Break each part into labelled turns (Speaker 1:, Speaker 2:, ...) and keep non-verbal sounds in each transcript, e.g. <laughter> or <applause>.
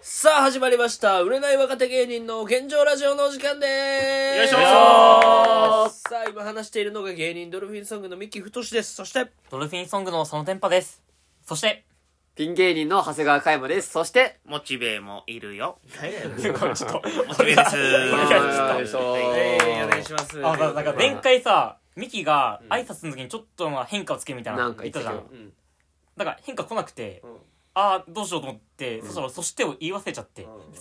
Speaker 1: さあ始まりました売れない若手芸人の現状ラジオのお時間で
Speaker 2: よ
Speaker 1: ー
Speaker 2: いし
Speaker 1: す
Speaker 2: ょ
Speaker 1: さあ今話しているのが芸人ドルフィンソングの三木太ですそして
Speaker 3: ドルフィンソングのそのテンパです。そして、
Speaker 4: <laughs> ピン芸人の長谷川嘉山です。そして、
Speaker 2: モチベもいるよ。
Speaker 3: ちょっと、
Speaker 2: モチベです。
Speaker 4: 願いします
Speaker 1: えー、お願いします
Speaker 3: あ、なんか前回さ、ミキが挨拶の時にちょっとまあ変化をつけるみたいな
Speaker 4: な
Speaker 3: の
Speaker 4: んか
Speaker 3: 言
Speaker 4: 言
Speaker 3: っ
Speaker 4: って
Speaker 3: た
Speaker 4: た
Speaker 3: じ
Speaker 4: け
Speaker 3: ゃ
Speaker 4: ど
Speaker 3: ん。だから変化来なくて
Speaker 1: ん、
Speaker 3: あー、どうしようと思って、そしたらそしてを言い忘れちゃって、
Speaker 4: あ普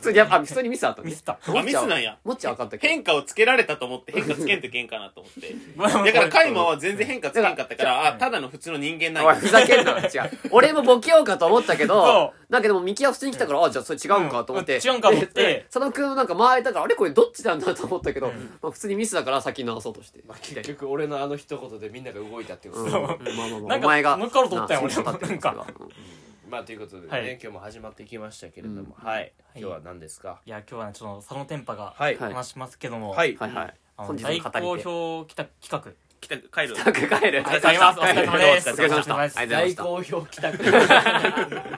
Speaker 4: 通に、あ、普通にミスあったね
Speaker 3: ミスった。
Speaker 2: あミスなんや
Speaker 4: もっちゃ分かったけど。
Speaker 2: 変化をつけられたと思って変化つけんといけんかなと思って。
Speaker 3: だ
Speaker 2: だからカイマは全然変化つけんかったから、あ、ただの普通の人間
Speaker 4: お
Speaker 2: ないん
Speaker 4: ふ
Speaker 2: や。
Speaker 4: ざけんな。違う。
Speaker 3: <laughs>
Speaker 4: 俺もボケようかと思ったけど
Speaker 3: そ、
Speaker 4: なんかでも、ミキは普通に来たから、あ、じゃあそれ違うんかと思って。
Speaker 3: うん違うんかと思って
Speaker 4: で佐野くんなんか間空いたから、あれこれどっちなんだと思ったけど、まあ普通にミスだから先に直そうとして。
Speaker 5: まあ、結局俺のあの一言でみんなが動いたっていうこ
Speaker 4: う
Speaker 5: と、
Speaker 4: んまあまあま
Speaker 3: な
Speaker 4: あ、
Speaker 3: ん
Speaker 4: お
Speaker 3: か
Speaker 4: 前が。
Speaker 3: 乗っかろうと思ったよ
Speaker 4: なそう
Speaker 3: 俺も
Speaker 4: そう
Speaker 3: なんか
Speaker 4: そうそう
Speaker 5: まあということでね、
Speaker 3: はい
Speaker 5: 今日も始まってきましたけれども、はい今日は何ですか
Speaker 3: いや、今日はね、ちょっとそのテンパが
Speaker 5: はい
Speaker 4: はい
Speaker 3: 話しますけども、
Speaker 5: はい、
Speaker 4: はいはい。
Speaker 3: あの
Speaker 4: 本日の語り
Speaker 3: 大
Speaker 4: 手
Speaker 3: 好評きた企
Speaker 2: 来た、帰る。
Speaker 4: なんか帰る。
Speaker 3: 画。あります。お疲れ様です。
Speaker 2: お疲れ様でした
Speaker 3: お疲れ様
Speaker 4: ありがとうござい
Speaker 5: 大
Speaker 4: ました。
Speaker 1: <laughs>
Speaker 5: 好評帰宅
Speaker 4: <laughs>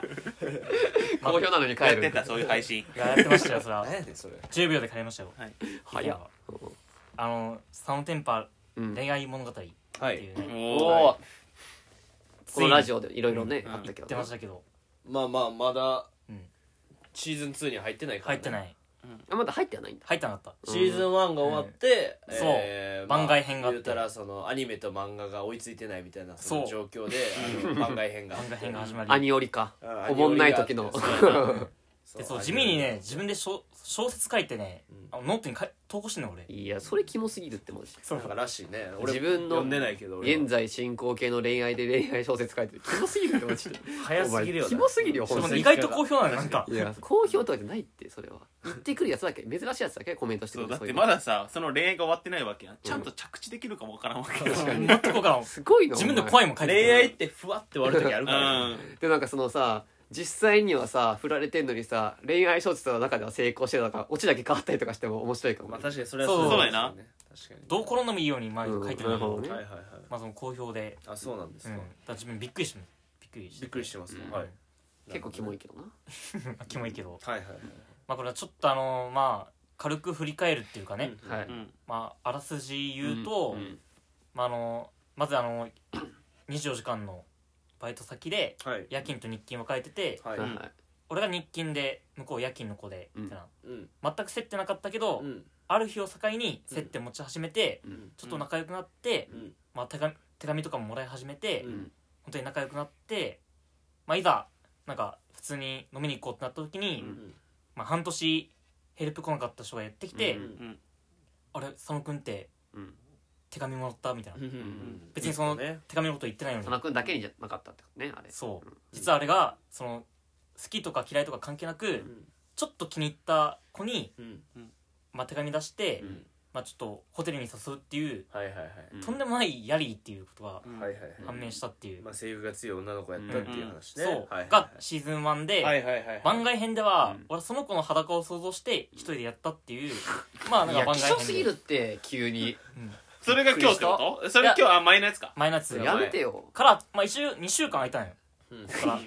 Speaker 4: 好評なのに帰
Speaker 2: やって
Speaker 4: る。
Speaker 2: た、そういう配信。
Speaker 3: やってましたよ、それは
Speaker 5: 何。やねんそれ
Speaker 3: 10秒で帰りましたよ。
Speaker 2: はい。
Speaker 4: 早っ。
Speaker 3: あの、そのテンパ
Speaker 4: うん
Speaker 3: 恋愛物語っていう
Speaker 5: は
Speaker 3: ね
Speaker 5: い、
Speaker 4: お
Speaker 2: お
Speaker 4: お。このラジオでいろいろね、あった
Speaker 3: 言
Speaker 4: け
Speaker 3: っ
Speaker 4: ど
Speaker 3: て
Speaker 4: ね
Speaker 3: まし。たけど、
Speaker 5: まあまあまだ
Speaker 3: うん
Speaker 5: シーズン2に入ってないから、
Speaker 3: 入ってないい。
Speaker 4: あまだ入ってはないんだ。
Speaker 3: 入ってなかった。
Speaker 5: シーズン1が終わって、
Speaker 3: うんそう番外編があって
Speaker 5: 言うたらそのアニメと漫画が追いついてないみたいなその
Speaker 3: そ
Speaker 5: 状況であの
Speaker 3: <laughs>
Speaker 5: 番外編が
Speaker 3: 漫画編が始まり
Speaker 4: アニオリか。おもんない時の。
Speaker 3: でそう地味にね自分で小小説書いてね、あのノートにか投稿してんの俺
Speaker 4: いや、それキモすぎるってマジで。
Speaker 3: そう
Speaker 5: なんからしいね俺
Speaker 4: 自分の
Speaker 5: 読んでないけど俺は
Speaker 4: 現在進行形の恋愛で恋愛小説書いてる。キモすぎるってマジで。
Speaker 5: 早すぎるよ
Speaker 4: お前キモすぎるよ、
Speaker 3: で
Speaker 4: 本
Speaker 3: も
Speaker 4: 当
Speaker 3: ね
Speaker 4: に
Speaker 3: 意。外と好評なのよなんか
Speaker 4: いや、好評とかじゃないって、それは。言ってくるやつだけ、珍しいやつだけコメントしてく
Speaker 2: そう、
Speaker 4: る。
Speaker 2: だっ
Speaker 4: そうい
Speaker 2: て
Speaker 4: う
Speaker 2: まださ、その恋愛が終わってないわけやん。ちゃんと着地できるかもわからんわけやし。 <laughs> うん。
Speaker 3: 全くこからん
Speaker 4: すごいの。
Speaker 3: 自分で
Speaker 4: い。
Speaker 3: 怖いもん書いて
Speaker 5: 恋愛ってふわって終わる時あるから、ね、
Speaker 2: う
Speaker 4: で、なんかそのさ、実際にはさ、振られてんのにさ、恋愛小説の中では成功してるだから、オチだけ変わったりとかしても面白いかもね。
Speaker 5: まあ確かにそれは
Speaker 3: そう
Speaker 2: やな
Speaker 5: ですよね
Speaker 3: どう転んでもいいようにまあ書いてる
Speaker 4: うん
Speaker 3: だけど、
Speaker 4: んなるほど
Speaker 5: 確
Speaker 4: ね
Speaker 5: かにはいはいはい
Speaker 3: まあその好評で、
Speaker 5: あそうなんです
Speaker 3: うん、
Speaker 5: か、
Speaker 3: だから自分びっくりしてるびっくりして
Speaker 5: びっくりしてますね、はい
Speaker 4: 結構キモいけどな。
Speaker 3: <laughs> まあキモいけど
Speaker 5: はいはいはい
Speaker 3: まあこれはちょっとあのまあ軽く振り返るっていうかね、
Speaker 5: うん
Speaker 4: はい。
Speaker 2: ん。
Speaker 3: まああらすじ言うと、
Speaker 5: うん
Speaker 3: まああのまずあの24時間のバイト先で
Speaker 5: はい
Speaker 3: 夜勤と日勤を変えてて
Speaker 5: はい
Speaker 4: はいはい。
Speaker 3: 俺が日勤で向こう夜勤の子でみたいな、
Speaker 5: うん
Speaker 3: 全く接点なかったけど、
Speaker 5: うん
Speaker 3: ある日を境に接点持ち始めて、
Speaker 4: うん
Speaker 3: ちょっと仲良くなって、
Speaker 5: うん
Speaker 3: まあ、手紙手紙とかももらい始めて、
Speaker 5: うん
Speaker 3: 本当に仲良くなって、まあ、いざなんか普通に飲みに行こうってなった時に、
Speaker 5: ん
Speaker 3: まあ、半年ヘルプ来なかった人がやってきて「
Speaker 4: うん
Speaker 2: うん。
Speaker 3: あれ佐野君って
Speaker 4: うん
Speaker 3: 手紙もらった?」みたいな、
Speaker 5: うん
Speaker 3: 別にその
Speaker 5: ね
Speaker 3: 手紙のこと言ってないの
Speaker 4: 佐
Speaker 3: に
Speaker 4: 野くんだけにじゃなかったってことね、あれ。
Speaker 3: そう実はあれがその好きとか嫌いとか関係なく、
Speaker 5: ん
Speaker 3: ちょっと気に入った子に、
Speaker 5: うん
Speaker 3: まあ、手紙出して、
Speaker 5: ん
Speaker 3: まあ、ちょっとホテルに誘うっていう、
Speaker 5: はいはいはい
Speaker 4: うん
Speaker 3: とんでもないやりっていうことが
Speaker 2: うん
Speaker 5: はいはいはい
Speaker 3: 判明したっていう、
Speaker 5: まあ性欲が強い女の子やったっていう話ね、
Speaker 3: そう、
Speaker 5: はいはい
Speaker 3: がシーズン1で、
Speaker 5: はいはいはいはい
Speaker 3: 番外編では、
Speaker 4: うん
Speaker 3: 俺はその子の裸を想像して一人でやったっ
Speaker 5: <laughs>
Speaker 3: ていう、まあなん
Speaker 4: い
Speaker 3: か
Speaker 4: や、
Speaker 3: 番
Speaker 4: 希少
Speaker 3: 外
Speaker 4: す
Speaker 3: 編
Speaker 4: ぎ
Speaker 3: で
Speaker 4: るって、急に。
Speaker 2: それが今日ってことそれ今日、あ、マイナーやつか。
Speaker 3: マイナス
Speaker 5: やばい
Speaker 4: やめてよ。
Speaker 3: から、まあ、一週2週間空いたんよ
Speaker 5: うん
Speaker 3: だから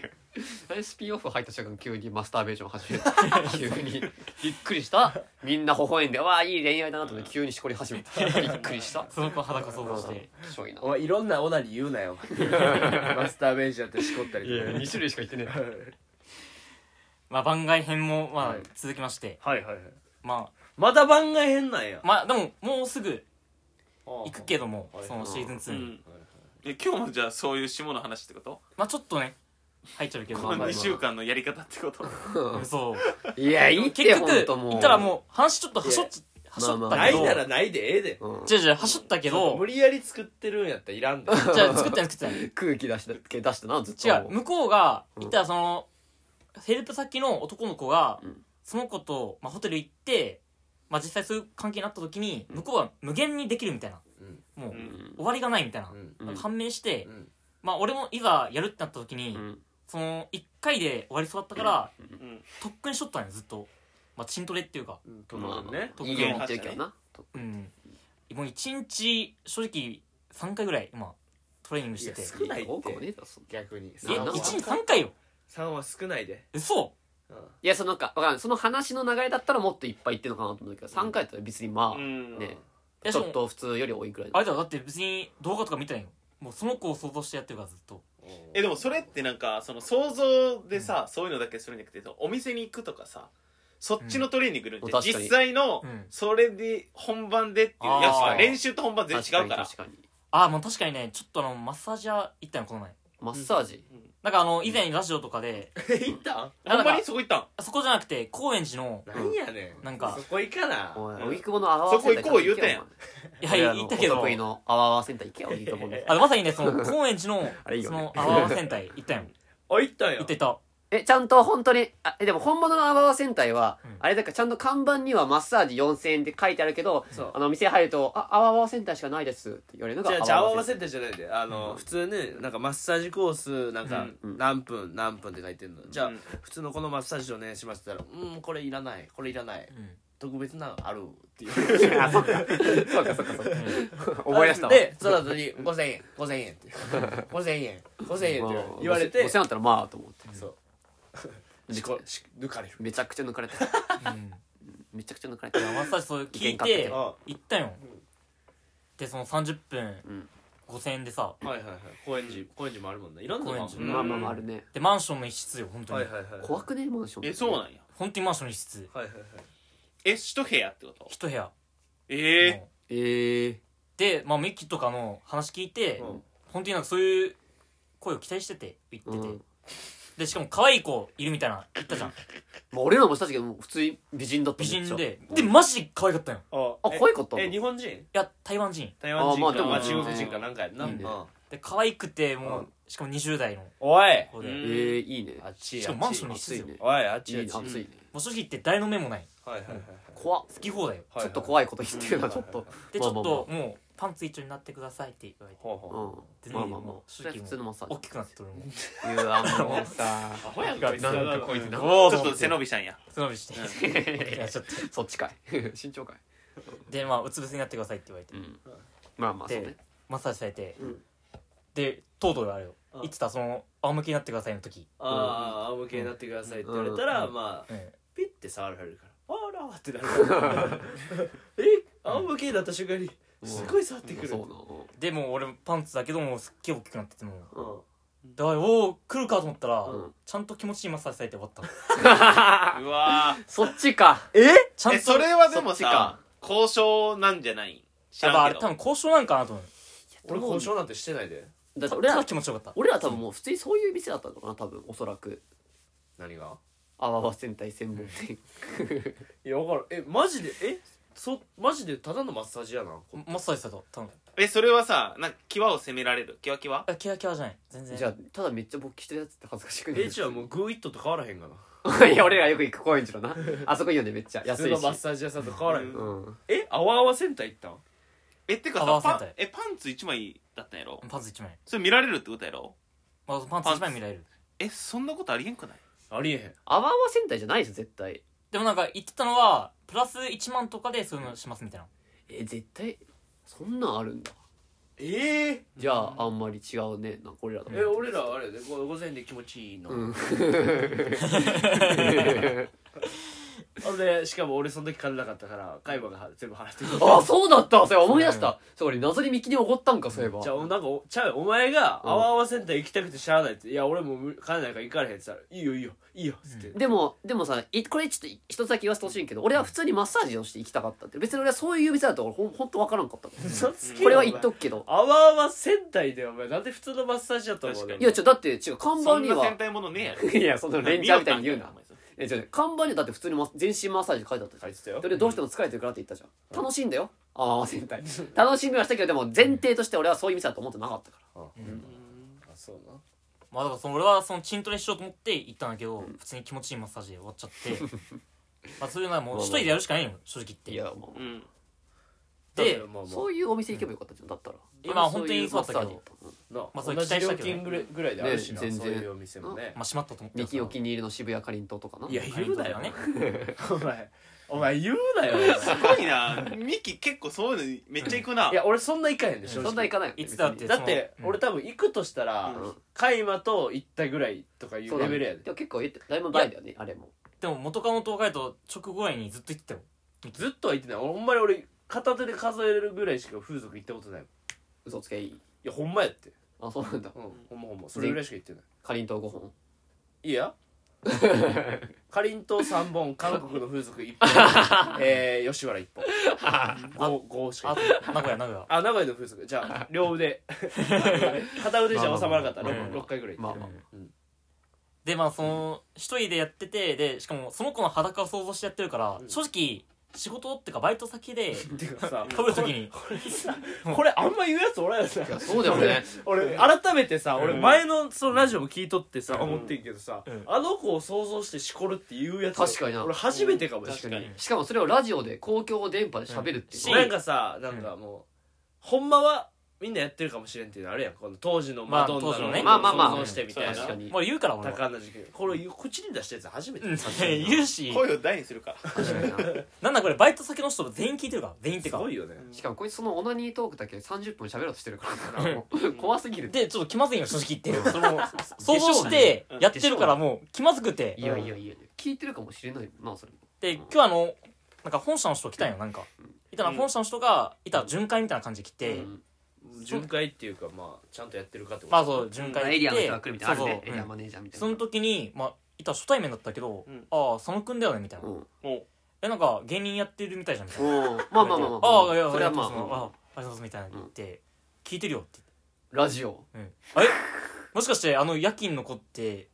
Speaker 4: あれスピンオフ入った瞬間急にマスターベーション始めた急にびっくりしたみんな微笑んでわあいい恋愛だなと思って急にしこり始めたびっくりした
Speaker 3: その子の裸を想像して
Speaker 4: しょいな
Speaker 5: お前いろんなオナに言うな <laughs> よマスターベージやってしこったりとかね
Speaker 4: 2種類しか言ってね
Speaker 3: まあ番外編もまあ
Speaker 5: はい
Speaker 3: 続きまして、
Speaker 5: はいはいはい
Speaker 3: ま
Speaker 5: まだ番外編なんや
Speaker 3: あまあでももうすぐ行くけ
Speaker 5: ど
Speaker 3: ども
Speaker 5: はい
Speaker 3: そのシーズン
Speaker 2: う
Speaker 3: 2に、
Speaker 2: ん。え今日もじゃあそういう下の話ってこと
Speaker 3: まあちょっとね入っちゃうけど、
Speaker 2: こ
Speaker 4: まあま
Speaker 2: の
Speaker 4: あ
Speaker 2: 2週間のやり方ってこと
Speaker 3: そう
Speaker 4: <laughs> いやいいって
Speaker 3: 結
Speaker 4: ほ
Speaker 3: 局
Speaker 4: んともう
Speaker 3: 行ったらもう話ちょっとはしょっはしょったけど、
Speaker 4: まあ
Speaker 5: な
Speaker 4: まあ
Speaker 5: いならないでええで
Speaker 4: う、ん
Speaker 3: じゃあじゃあはしょったけ
Speaker 5: そう
Speaker 3: ど
Speaker 5: 無理やり作ってるんやったらいらんで
Speaker 3: じゃあ作ったん作ったん
Speaker 4: <laughs> 空気出したけ出したなずっと
Speaker 3: 違う向こうがいたらその、ヘルプ先の男の子が、
Speaker 4: うん
Speaker 3: その子と、まあ、ホテル行って、まあ、実際そういう関係になった時に向こうは無限にできるみたいな
Speaker 5: うん
Speaker 3: もう、
Speaker 2: う
Speaker 4: うん
Speaker 2: ん
Speaker 3: 終わりがないみたいな
Speaker 5: う、ん
Speaker 4: うん
Speaker 3: なんか判明して、
Speaker 5: うん
Speaker 3: まあ、俺もいざやるってなった時に、
Speaker 4: うん
Speaker 3: その1回で終わりそうだったから、
Speaker 2: うん。
Speaker 3: とっくにしとったんよずっと、まあ、チントレっていうか、
Speaker 5: うんと
Speaker 4: ま
Speaker 5: も
Speaker 4: あ
Speaker 5: ね
Speaker 3: 特
Speaker 4: いい
Speaker 3: に
Speaker 4: ように言ってるけどな
Speaker 3: うん、もう1日正直3回ぐらい今トレーニングしてて
Speaker 5: いや少ないって
Speaker 4: 多くはねえだろそんな
Speaker 5: 逆に
Speaker 3: え
Speaker 4: 少
Speaker 3: 1
Speaker 4: な
Speaker 3: 日3回よ
Speaker 5: 3は少ないで
Speaker 3: 嘘
Speaker 5: うん
Speaker 4: いやそのなんかわからんその話の流れだったらもっといっぱい言ってるのかなと思うけど3回だったら別にま
Speaker 2: うん
Speaker 4: ね
Speaker 3: いや
Speaker 4: あちょっと普通より多いくらい
Speaker 3: あれだよだって別に動画とか見てないよもうその子を想像してやってるからずっと
Speaker 2: えでもそ
Speaker 5: <laughs>
Speaker 2: れってなんかその想像でさ、そういうのだけするんじゃなくてお店に行くとかさそっちのトレーニングいるん
Speaker 4: うん
Speaker 2: じゃ、
Speaker 4: 確かに
Speaker 2: 実際の
Speaker 3: うん
Speaker 2: それで本番でっていう
Speaker 3: あー
Speaker 2: やっぱ練習と本番全然違うから
Speaker 4: 確かに確かに
Speaker 3: ああもう確かにねちょっとあのマッサージ屋行ったのこの前
Speaker 4: マッサージ
Speaker 3: なんかあの以前ラジオとかで
Speaker 5: <laughs> 行った
Speaker 2: ほんま
Speaker 3: なん
Speaker 2: に
Speaker 3: か
Speaker 2: そこ行ったん
Speaker 3: そこじゃなくて高円寺の
Speaker 5: なんやねん
Speaker 3: なんか
Speaker 5: そこ行かな
Speaker 4: おい
Speaker 2: うん
Speaker 4: 荻窪の泡泡センター
Speaker 2: そこ行こう言うたやん
Speaker 3: い
Speaker 4: お
Speaker 3: や
Speaker 4: 前
Speaker 3: 行ったけど
Speaker 4: お得意の泡泡センター行けよ荻窪の
Speaker 3: あのまさにねそ
Speaker 4: <laughs>
Speaker 3: の高円寺の
Speaker 4: あれいいよ
Speaker 3: そ
Speaker 4: ね
Speaker 3: のあわあわ戦隊行ったよ
Speaker 5: あ行ったん
Speaker 3: 行
Speaker 5: や
Speaker 3: ってた
Speaker 4: えちゃんと本当にあえでも本物の泡泡センターは
Speaker 3: うん
Speaker 4: あれだからちゃんと看板にはマッサージ4000円って書いてあるけど
Speaker 5: そう
Speaker 4: あの店入ると「あ泡泡センターしかないです」って言われるの
Speaker 5: じ
Speaker 4: が
Speaker 5: ゃあじゃあ泡泡
Speaker 4: セ
Speaker 5: セ
Speaker 4: ン
Speaker 5: ンターじゃないであの普通ねなんかマッサージコースなんか
Speaker 4: うん
Speaker 5: 何分何分って書いてるのじゃあ
Speaker 2: うん
Speaker 5: 普通のこのマッサージお願いしますって言ったらうんこれいらないこれいらない特別なのあるって言われて
Speaker 4: ターあそっかそうかそうかそうか思い出したわ
Speaker 5: でその後に5000円5000円って5000円5000円って言われ
Speaker 4: まあ
Speaker 5: て
Speaker 4: 5000円あったらまあと思って
Speaker 5: そう事 <laughs> 故し抜かれる
Speaker 4: めちゃくちゃ抜かれた
Speaker 3: うん
Speaker 4: めちゃくちゃ抜かれた
Speaker 3: マッサージそれ聞い
Speaker 4: 喧嘩って
Speaker 3: て
Speaker 4: て
Speaker 5: あ
Speaker 3: 行ったよでその30分
Speaker 4: うん
Speaker 3: 5000円でさ
Speaker 5: はいはいはい高円寺高円寺もあるもんねいろんなのが
Speaker 3: 高円寺
Speaker 5: うん
Speaker 4: まあまあまああるね
Speaker 3: でマンションの一室よ本当
Speaker 5: は
Speaker 3: に
Speaker 5: いはいはい
Speaker 4: 怖くねマンション
Speaker 2: えそう
Speaker 4: の
Speaker 2: なんや
Speaker 3: 本当にマンションの一室
Speaker 5: はいはいはい
Speaker 2: え一部屋ってこと
Speaker 3: 一部屋
Speaker 2: ええ
Speaker 3: もう
Speaker 4: ええ
Speaker 3: でまあミッキーとかの話聞いて
Speaker 5: うん
Speaker 3: 本当になんかそういう声を期待してて言って
Speaker 4: う
Speaker 3: て
Speaker 4: ん
Speaker 3: でしかも可愛い子いるみたいな言ったじゃん
Speaker 4: まあ俺らもしたけど普通に美人だった
Speaker 3: 美
Speaker 4: めっちゃ
Speaker 3: 人ででマジで可愛かったよ
Speaker 5: あ
Speaker 4: あ可愛かった
Speaker 5: ええ日本人
Speaker 3: いや台湾人
Speaker 5: 台湾人
Speaker 4: あまあで
Speaker 5: か
Speaker 4: も
Speaker 5: まあ中国人かなんかやんな
Speaker 3: うん
Speaker 5: うん
Speaker 3: で可愛くても
Speaker 5: う
Speaker 3: うんしかも20代の
Speaker 5: おい
Speaker 3: 子
Speaker 2: う
Speaker 3: で
Speaker 2: ん
Speaker 4: ええいいね
Speaker 5: あっち
Speaker 3: し
Speaker 5: や
Speaker 3: か
Speaker 5: あっ
Speaker 3: も
Speaker 5: ち
Speaker 3: マンションの一
Speaker 4: 暑
Speaker 3: 室
Speaker 4: い
Speaker 3: よ
Speaker 4: ね
Speaker 5: おいあっ
Speaker 4: い
Speaker 5: ちや
Speaker 4: い
Speaker 5: っ
Speaker 4: ね
Speaker 5: ち
Speaker 4: 暑いね
Speaker 3: もう正直言って誰の目もない
Speaker 5: はいはいはいはい
Speaker 4: 怖っ
Speaker 3: 好き放題よ
Speaker 4: ちょっと怖いこと言ってるなちょっと
Speaker 3: でちょ
Speaker 4: まあ
Speaker 3: っ
Speaker 4: まあまあ
Speaker 3: ともうパンツ一丁になってくださいって言われて
Speaker 5: ほうほ
Speaker 4: う
Speaker 3: で
Speaker 4: んまあまあまあ
Speaker 3: もう
Speaker 4: それは普通のマッサ
Speaker 3: 大
Speaker 4: ージ
Speaker 3: きくなって俺 <laughs> も
Speaker 4: いやもうさ
Speaker 2: アホやん
Speaker 4: なんか
Speaker 2: こいつち
Speaker 4: なん
Speaker 2: ょ
Speaker 3: か
Speaker 2: っと背伸びしたんや
Speaker 3: 背伸び
Speaker 4: <laughs>
Speaker 3: して
Speaker 2: う
Speaker 3: いやちょっと
Speaker 4: そっちかい <laughs> 身長かい
Speaker 3: でまあうつ伏せになってくださいって言われて
Speaker 4: うんまあまあそうね
Speaker 3: でマッサージされて
Speaker 5: うん
Speaker 3: でとうとうあれよ
Speaker 5: うん
Speaker 3: いつだその仰向けになってくださいの時
Speaker 5: うああ仰向けになってくださいって言われたら
Speaker 4: うん
Speaker 5: まあ
Speaker 3: うん
Speaker 5: ピッて触られるからあらーってなるから <laughs> え仰向けになった瞬間にすごい触ってくる
Speaker 4: そううん
Speaker 3: <laughs>
Speaker 4: な
Speaker 3: でもう俺パンツだけどもうすっげえ大きくなっててもうだからおお来るかと思ったら
Speaker 4: うん
Speaker 3: ちゃんと気持ちいいマッサージされて終わったの
Speaker 2: うわー
Speaker 4: そっちか
Speaker 3: ちゃんと
Speaker 2: えそれはでも
Speaker 4: そっちか
Speaker 2: さ交渉なんじゃない知
Speaker 3: やっぱ
Speaker 2: ら
Speaker 3: あ
Speaker 2: ん
Speaker 3: れ
Speaker 2: け
Speaker 3: 多
Speaker 2: ど
Speaker 3: 分交渉なんかなと思う
Speaker 5: 俺交渉なんてしてないで
Speaker 4: だって
Speaker 3: 俺
Speaker 4: 俺
Speaker 3: は
Speaker 4: ら
Speaker 3: 気持ちよかった
Speaker 4: 俺ら多分もう普通にそういう店だったのかな多分おそらく
Speaker 5: 何が
Speaker 4: あわわ戦隊専門店
Speaker 5: いや分からんえマジでえそマジでただのマッサージやな
Speaker 3: マッサージされた多分
Speaker 2: えそれはさなんか際を攻められる際際
Speaker 3: あキワキワじゃない全然
Speaker 4: <laughs> じゃあただめっちゃ勃起してるやつって恥ずかしくない
Speaker 5: えじゃあもうグーイットと変わらへんがな
Speaker 4: <laughs> いや俺らよく行く高円寺のなあそこいいよねめっちゃ安
Speaker 5: 普通
Speaker 4: い
Speaker 5: の
Speaker 4: し
Speaker 5: マッサージ屋さんと変わらへ
Speaker 2: うんん
Speaker 4: うん
Speaker 5: えあわあわセンター行ったん
Speaker 2: えってか
Speaker 3: あ合わ
Speaker 2: さ
Speaker 3: せ
Speaker 2: パ
Speaker 3: たい
Speaker 2: ンえパンツ一枚だったんやろ
Speaker 3: パンツ1枚、
Speaker 2: それ見られるってことやろ
Speaker 3: まあ、パンツ1枚見られる
Speaker 2: えそんなことありえんくない
Speaker 5: ありえへん
Speaker 4: あわあわ戦隊じゃないでしょ絶対
Speaker 3: でもなんか言ってたのはプラス1万とかでそういうのしますみたいな
Speaker 4: え絶対そんなんあるんだ
Speaker 5: ええ
Speaker 4: じゃああんまり違うねなんか俺らと
Speaker 5: え俺らあれやでご午前で気持ちいいの、
Speaker 4: うん
Speaker 5: でしかも俺その時金なかったから海馬が全部払ってくれた
Speaker 4: <laughs> あそうだったそれ思い出したそう俺謎にミキに怒ったんかそういえば
Speaker 5: じゃあなんかおちゃうよお前が
Speaker 4: うん
Speaker 5: あわあわセンター行きたくてしゃあないって「いや俺もう無金ないから行かれへん」って言ったら「いいよいいよいいよ」っつって、
Speaker 4: でもでもさいこれちょっと一つだけ言わせてほしいんけど俺は普通にマッサージをして行きたかったって別に俺はそういう店だと俺ほんほんとわからんかったから
Speaker 5: 嘘つけよ
Speaker 4: これは言っとくけど
Speaker 5: お前あわあわセンターでお前なんで普通のマッサージだと思う
Speaker 2: 確かに
Speaker 4: いやちょだって違う看
Speaker 2: そ
Speaker 4: 板
Speaker 2: ん
Speaker 4: に
Speaker 2: な
Speaker 4: は
Speaker 2: 戦隊ものねえやろ
Speaker 4: <laughs> いやそのレンジャーみたいに言うな
Speaker 2: 見よったんかよ
Speaker 4: えちょ看板にはだって普通にマ全身マッサージって書いてあったじゃん
Speaker 5: 書いてたよ
Speaker 4: それでどうしても疲れてるからって言ったじゃん楽しいんだよああ戦隊楽しみはしたけどでも前提として俺はそういう店だと思ってなかったか
Speaker 5: あそうな
Speaker 3: まあだからその俺はその筋トレしようと思って行ったんだけど、普通に気持ちいいマッサージで終わっちゃってまあそういうのはもう一人でやるしかないよ正直言っ
Speaker 4: ら
Speaker 3: て
Speaker 4: いやま
Speaker 2: お前うん
Speaker 3: で
Speaker 5: まあ
Speaker 4: あ
Speaker 5: ま
Speaker 4: そういうお店行けばよかったじゃんだったら
Speaker 3: 今本当にそうだったけど
Speaker 4: そういうマッサージ
Speaker 5: あな
Speaker 4: だった
Speaker 3: ま
Speaker 5: 同
Speaker 3: あそれ期
Speaker 5: じ
Speaker 3: 待
Speaker 5: 料
Speaker 3: したけどね
Speaker 5: 金ぐらいぐらいであるしな、
Speaker 4: ね全
Speaker 5: そう
Speaker 4: 然
Speaker 5: いうお店もね
Speaker 3: まあ閉まったと思って
Speaker 4: ミキお気に入りの渋谷かりんとうとかない
Speaker 5: や言うなよ
Speaker 3: ね
Speaker 5: お前お前言うなよ
Speaker 2: すごいなミキ結構そういうのめっちゃ行くない
Speaker 5: や俺そんな行かへんで正直
Speaker 4: そんな行かないよね
Speaker 3: いつだって
Speaker 4: 別
Speaker 5: だって
Speaker 3: その
Speaker 5: 俺多分行くとしたら
Speaker 4: うん
Speaker 5: 海馬と行ったぐらいとかい
Speaker 4: に
Speaker 5: う
Speaker 4: そうだ
Speaker 5: レ
Speaker 4: ね
Speaker 5: ベルやで
Speaker 4: でも結構えだいぶ前だよねあれも
Speaker 3: でも元カノと別れた直後ぐらいにずっと言ってたよ
Speaker 5: ずっとは行ってない俺ほんまに俺片手で数えれるぐらいしか風俗行ったことないもんい
Speaker 4: 嘘つけいい
Speaker 5: やほんまやって
Speaker 4: あそうなんだ
Speaker 5: うんほんまほんまそれぐらいしか行ってない
Speaker 4: かりんとう5本
Speaker 5: いい <laughs> やかりんとう3本韓国の風俗1本 <laughs> えー、吉原1本 5, しか行
Speaker 3: あ
Speaker 5: ってない
Speaker 3: 名古屋名古屋
Speaker 5: あ名古屋の風俗じゃ <laughs> あ両腕片腕じゃ収まらなかった
Speaker 3: まあまあまあ
Speaker 5: 6, 回ぐらい行ってる、
Speaker 4: まあまあ
Speaker 3: でまあその一人でやっててでしかもその子の裸を想像してやってるから、正直仕事っていうかバイト先で
Speaker 5: <laughs> っていうかさ
Speaker 3: 被る時に
Speaker 5: これあんま言うやつおらんよない
Speaker 4: やそうだよね
Speaker 5: 俺改めてさ俺
Speaker 2: うん
Speaker 5: 前のそのラジオも聞いとってさ
Speaker 2: うん
Speaker 5: 思ってんけどさ
Speaker 3: うん
Speaker 5: あの子を想像してしこるって言うやつ
Speaker 4: 確かにな
Speaker 5: 俺初めてかも
Speaker 4: 確
Speaker 5: し
Speaker 4: か
Speaker 5: れ
Speaker 4: に
Speaker 5: ない
Speaker 4: しかもそれをラジオで公共電波で喋るっていう、
Speaker 3: し
Speaker 5: なんかさなんかもうほんまはみんなやってるかもしれんっていうのあるやんこの当時のマドンナ
Speaker 3: まあ当時のね
Speaker 5: の
Speaker 4: まあまあまあ
Speaker 5: 想像してみたい
Speaker 2: そ
Speaker 5: な
Speaker 2: う
Speaker 4: 確かに
Speaker 3: もう言うから俺は
Speaker 5: 高な事件これ口に出したやつ初めて
Speaker 3: うん言うし
Speaker 2: 声を大にするか
Speaker 4: 確かにな
Speaker 3: なんだこれバイト先の人全員聞いてるから全員って
Speaker 5: す
Speaker 3: か
Speaker 5: ごいよね
Speaker 4: しかもこいつそのオナニートークだけ30分喋ろうとしてるからもう怖すぎる
Speaker 3: でちょっと気まずいよ正直言 <laughs> ってその想像してやってるからもう気まずくて
Speaker 4: いやいやいや聞いてるかもしれないもんなそれも
Speaker 3: で今日あのなんか本社の人来たんよなんかいたら
Speaker 2: うん
Speaker 3: 本社の人がいたら巡回みたいな感じで来て、
Speaker 4: うん
Speaker 5: 巡回っていうかまあちゃんとやってるかってこと
Speaker 3: まあそう巡回
Speaker 4: エリ
Speaker 3: 行っ
Speaker 4: アの
Speaker 3: て
Speaker 4: 人が来るみたいなのあるね
Speaker 3: そうそう
Speaker 4: エリア
Speaker 3: うん
Speaker 4: マネージャーみたいな
Speaker 3: その時にまあいた初対面だったけど、
Speaker 2: うん
Speaker 3: ああ佐野くんだよねみたいな、
Speaker 4: うん
Speaker 2: も
Speaker 3: えなんか芸人やってるみたいじゃんみたいな
Speaker 4: うんまあまあまあまあ
Speaker 3: ああいや
Speaker 4: それは
Speaker 3: ありがとうございます
Speaker 4: ま
Speaker 3: ああ
Speaker 4: あ
Speaker 3: りがとうございますみたいなの言って、聞いてるよって
Speaker 4: ラジオ
Speaker 3: 言って、うん、あれもしかしてあの夜勤の子って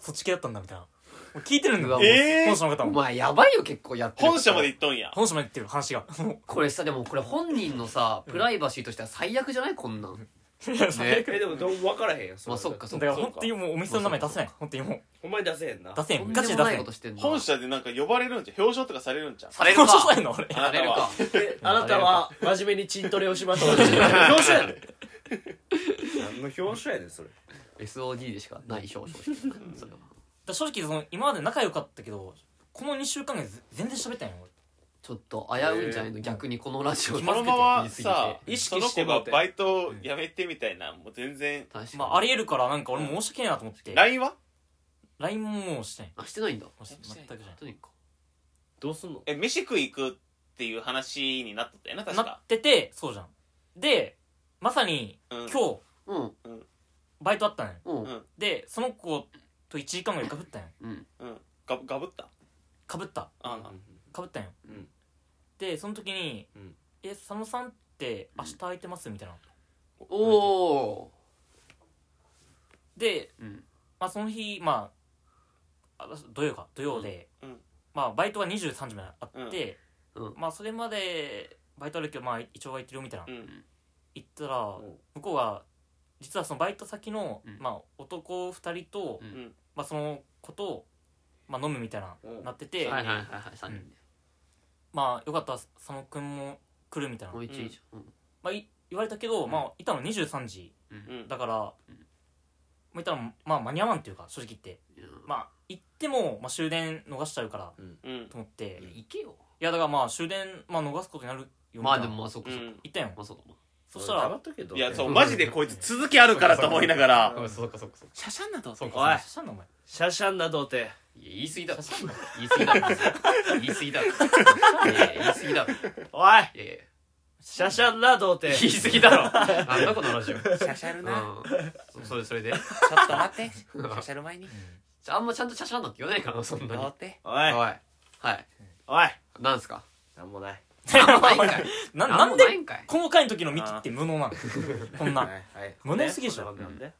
Speaker 3: そっち系だったんだみたいなもう聞いてるんだ
Speaker 4: うわ
Speaker 3: よ、
Speaker 2: えー
Speaker 3: 本社の方
Speaker 4: お
Speaker 3: も
Speaker 4: 前やばいよ結構やってる
Speaker 2: 本社まで行っとんや
Speaker 3: 本社まで言ってる話 <laughs> がもう
Speaker 4: これさでもこれ本人のさプライバシーとしては最悪じゃないこんなん
Speaker 3: 最悪
Speaker 5: <laughs> えでもどう分からへんやんれ
Speaker 4: まあそっかそ
Speaker 3: だ
Speaker 4: っ
Speaker 3: か
Speaker 4: から
Speaker 3: 本当にもうお店の名前出せない本当にもう
Speaker 5: お前出せへんな
Speaker 3: 出せへ
Speaker 4: と
Speaker 3: ん
Speaker 4: ん
Speaker 3: ガ
Speaker 4: で
Speaker 3: チで
Speaker 4: も
Speaker 3: 出せ
Speaker 4: ない
Speaker 3: へ
Speaker 4: こ
Speaker 3: ん
Speaker 4: としてんな
Speaker 2: 本社でなんか呼ばれるんじゃ表彰とかされるんじゃん
Speaker 4: される
Speaker 3: 本社
Speaker 4: か
Speaker 3: されんの俺
Speaker 4: され
Speaker 3: <laughs>
Speaker 4: るか
Speaker 5: えあなたは真面目にチントレをしました。 <laughs> 表彰やねん。何の表彰やねん、それ。
Speaker 4: SOD でしかない表彰式だからそれ
Speaker 3: だ
Speaker 4: は
Speaker 3: から正直その今まで仲良かったけどこの2週間で全然喋ってないよ
Speaker 4: ちょっと危ういんじゃないの逆にこのラジオ
Speaker 3: 気
Speaker 2: こ
Speaker 3: まず
Speaker 2: の
Speaker 3: く
Speaker 2: まま
Speaker 4: 言い過ぎ
Speaker 2: さ
Speaker 4: て
Speaker 5: 意
Speaker 2: そ
Speaker 5: 識
Speaker 2: の
Speaker 5: して
Speaker 2: 子
Speaker 5: も
Speaker 2: が
Speaker 5: うて
Speaker 2: バイトをやめてみたいなもう全然
Speaker 4: 確かに
Speaker 3: まあありえるからなんか俺も申し訳ないなと思って
Speaker 2: LINE は
Speaker 3: LINE ももうしてない
Speaker 4: あしてないんだ
Speaker 3: もうして全くじゃない
Speaker 4: してないか
Speaker 5: どうすんの
Speaker 2: え飯食い行くっていう話になっとったよな確
Speaker 3: な
Speaker 2: か
Speaker 3: っててそうじゃんでまさに
Speaker 2: うん
Speaker 3: 今日
Speaker 4: うん
Speaker 3: バイトあったのよ
Speaker 4: うん
Speaker 3: でその子と1時間ぐらいかぶったんよ
Speaker 4: うん
Speaker 2: うんガブガブった
Speaker 3: かぶった
Speaker 2: あ
Speaker 3: かぶったんよ、
Speaker 5: うん
Speaker 3: でその時に「
Speaker 5: うん
Speaker 3: え佐野さんって明日空いてます?」みたいな
Speaker 4: おお
Speaker 3: で、
Speaker 4: ーうん
Speaker 3: まあ、その日まああ土曜か土曜で、
Speaker 2: うんうん
Speaker 3: まあ、バイトが23時まであって、
Speaker 4: うんうん
Speaker 3: まあ、それまでバイトあるけど、まあ、一応空いてるよみたいな、
Speaker 2: うん
Speaker 3: 行ったら
Speaker 5: うん
Speaker 3: 向こうが実はそのバイト先の、
Speaker 4: うん
Speaker 3: まあ、男2人と、
Speaker 4: うん
Speaker 3: まあ、その子と、まあ、飲むみたいな、
Speaker 5: うん
Speaker 3: なって
Speaker 4: はい
Speaker 3: て、
Speaker 4: はいはいはい三人で
Speaker 3: まあよかったら佐野君も来るみたいな
Speaker 4: もう一以上うん
Speaker 3: まあ、い言われたけど、
Speaker 4: うん
Speaker 3: まあ、いたの23時
Speaker 4: うん
Speaker 3: だから、
Speaker 4: うん
Speaker 3: まあ、いたの、まあ、間に合わんっていうか正直言って
Speaker 4: いや
Speaker 3: まあ行っても、まあ、終電逃しちゃうから
Speaker 2: うん
Speaker 3: と思って
Speaker 4: いや
Speaker 3: い
Speaker 4: 行けよ
Speaker 3: やだからまあ終電、まあ、逃すことになるよみ
Speaker 4: ま
Speaker 3: たい
Speaker 4: あ
Speaker 3: な
Speaker 4: でもまあそこ
Speaker 2: う
Speaker 4: そこ
Speaker 2: ん
Speaker 3: 行ったよ
Speaker 4: まあそうかま
Speaker 3: そしたら
Speaker 5: っとけど
Speaker 2: い
Speaker 5: <laughs>
Speaker 2: やそうマジでこいつ続きあるからと思いながら
Speaker 4: あそうかそうかそうか
Speaker 2: シャシャンなと
Speaker 4: そう
Speaker 3: お
Speaker 4: か
Speaker 3: い
Speaker 4: い
Speaker 3: そしたらお前
Speaker 5: シャシャンな童貞。
Speaker 4: いや言い過ぎだろ言い過ぎだろ言い過ぎだろいやいや言い過ぎだろ
Speaker 5: おい
Speaker 4: いやいや
Speaker 5: シャシャンな童貞。
Speaker 4: 言い過ぎだろなんだこのラジオ
Speaker 2: シャシャるな
Speaker 4: うんそそれそれで
Speaker 2: ちょっと待ってシャシャる前に
Speaker 4: じゃああんまちゃんとしゃしゃんなんて言わないからなそんなに
Speaker 2: どう
Speaker 4: は
Speaker 2: って
Speaker 5: おい
Speaker 4: いはい
Speaker 5: おい
Speaker 4: なんすか
Speaker 5: なんもない。
Speaker 4: <laughs> ないんか <laughs> い
Speaker 3: な
Speaker 4: な
Speaker 3: なん
Speaker 4: も
Speaker 3: で
Speaker 4: ないんかい
Speaker 3: この回の時のミキって無能なのこんな
Speaker 5: はい
Speaker 3: 無能すぎでしょ
Speaker 5: こんなもんなんで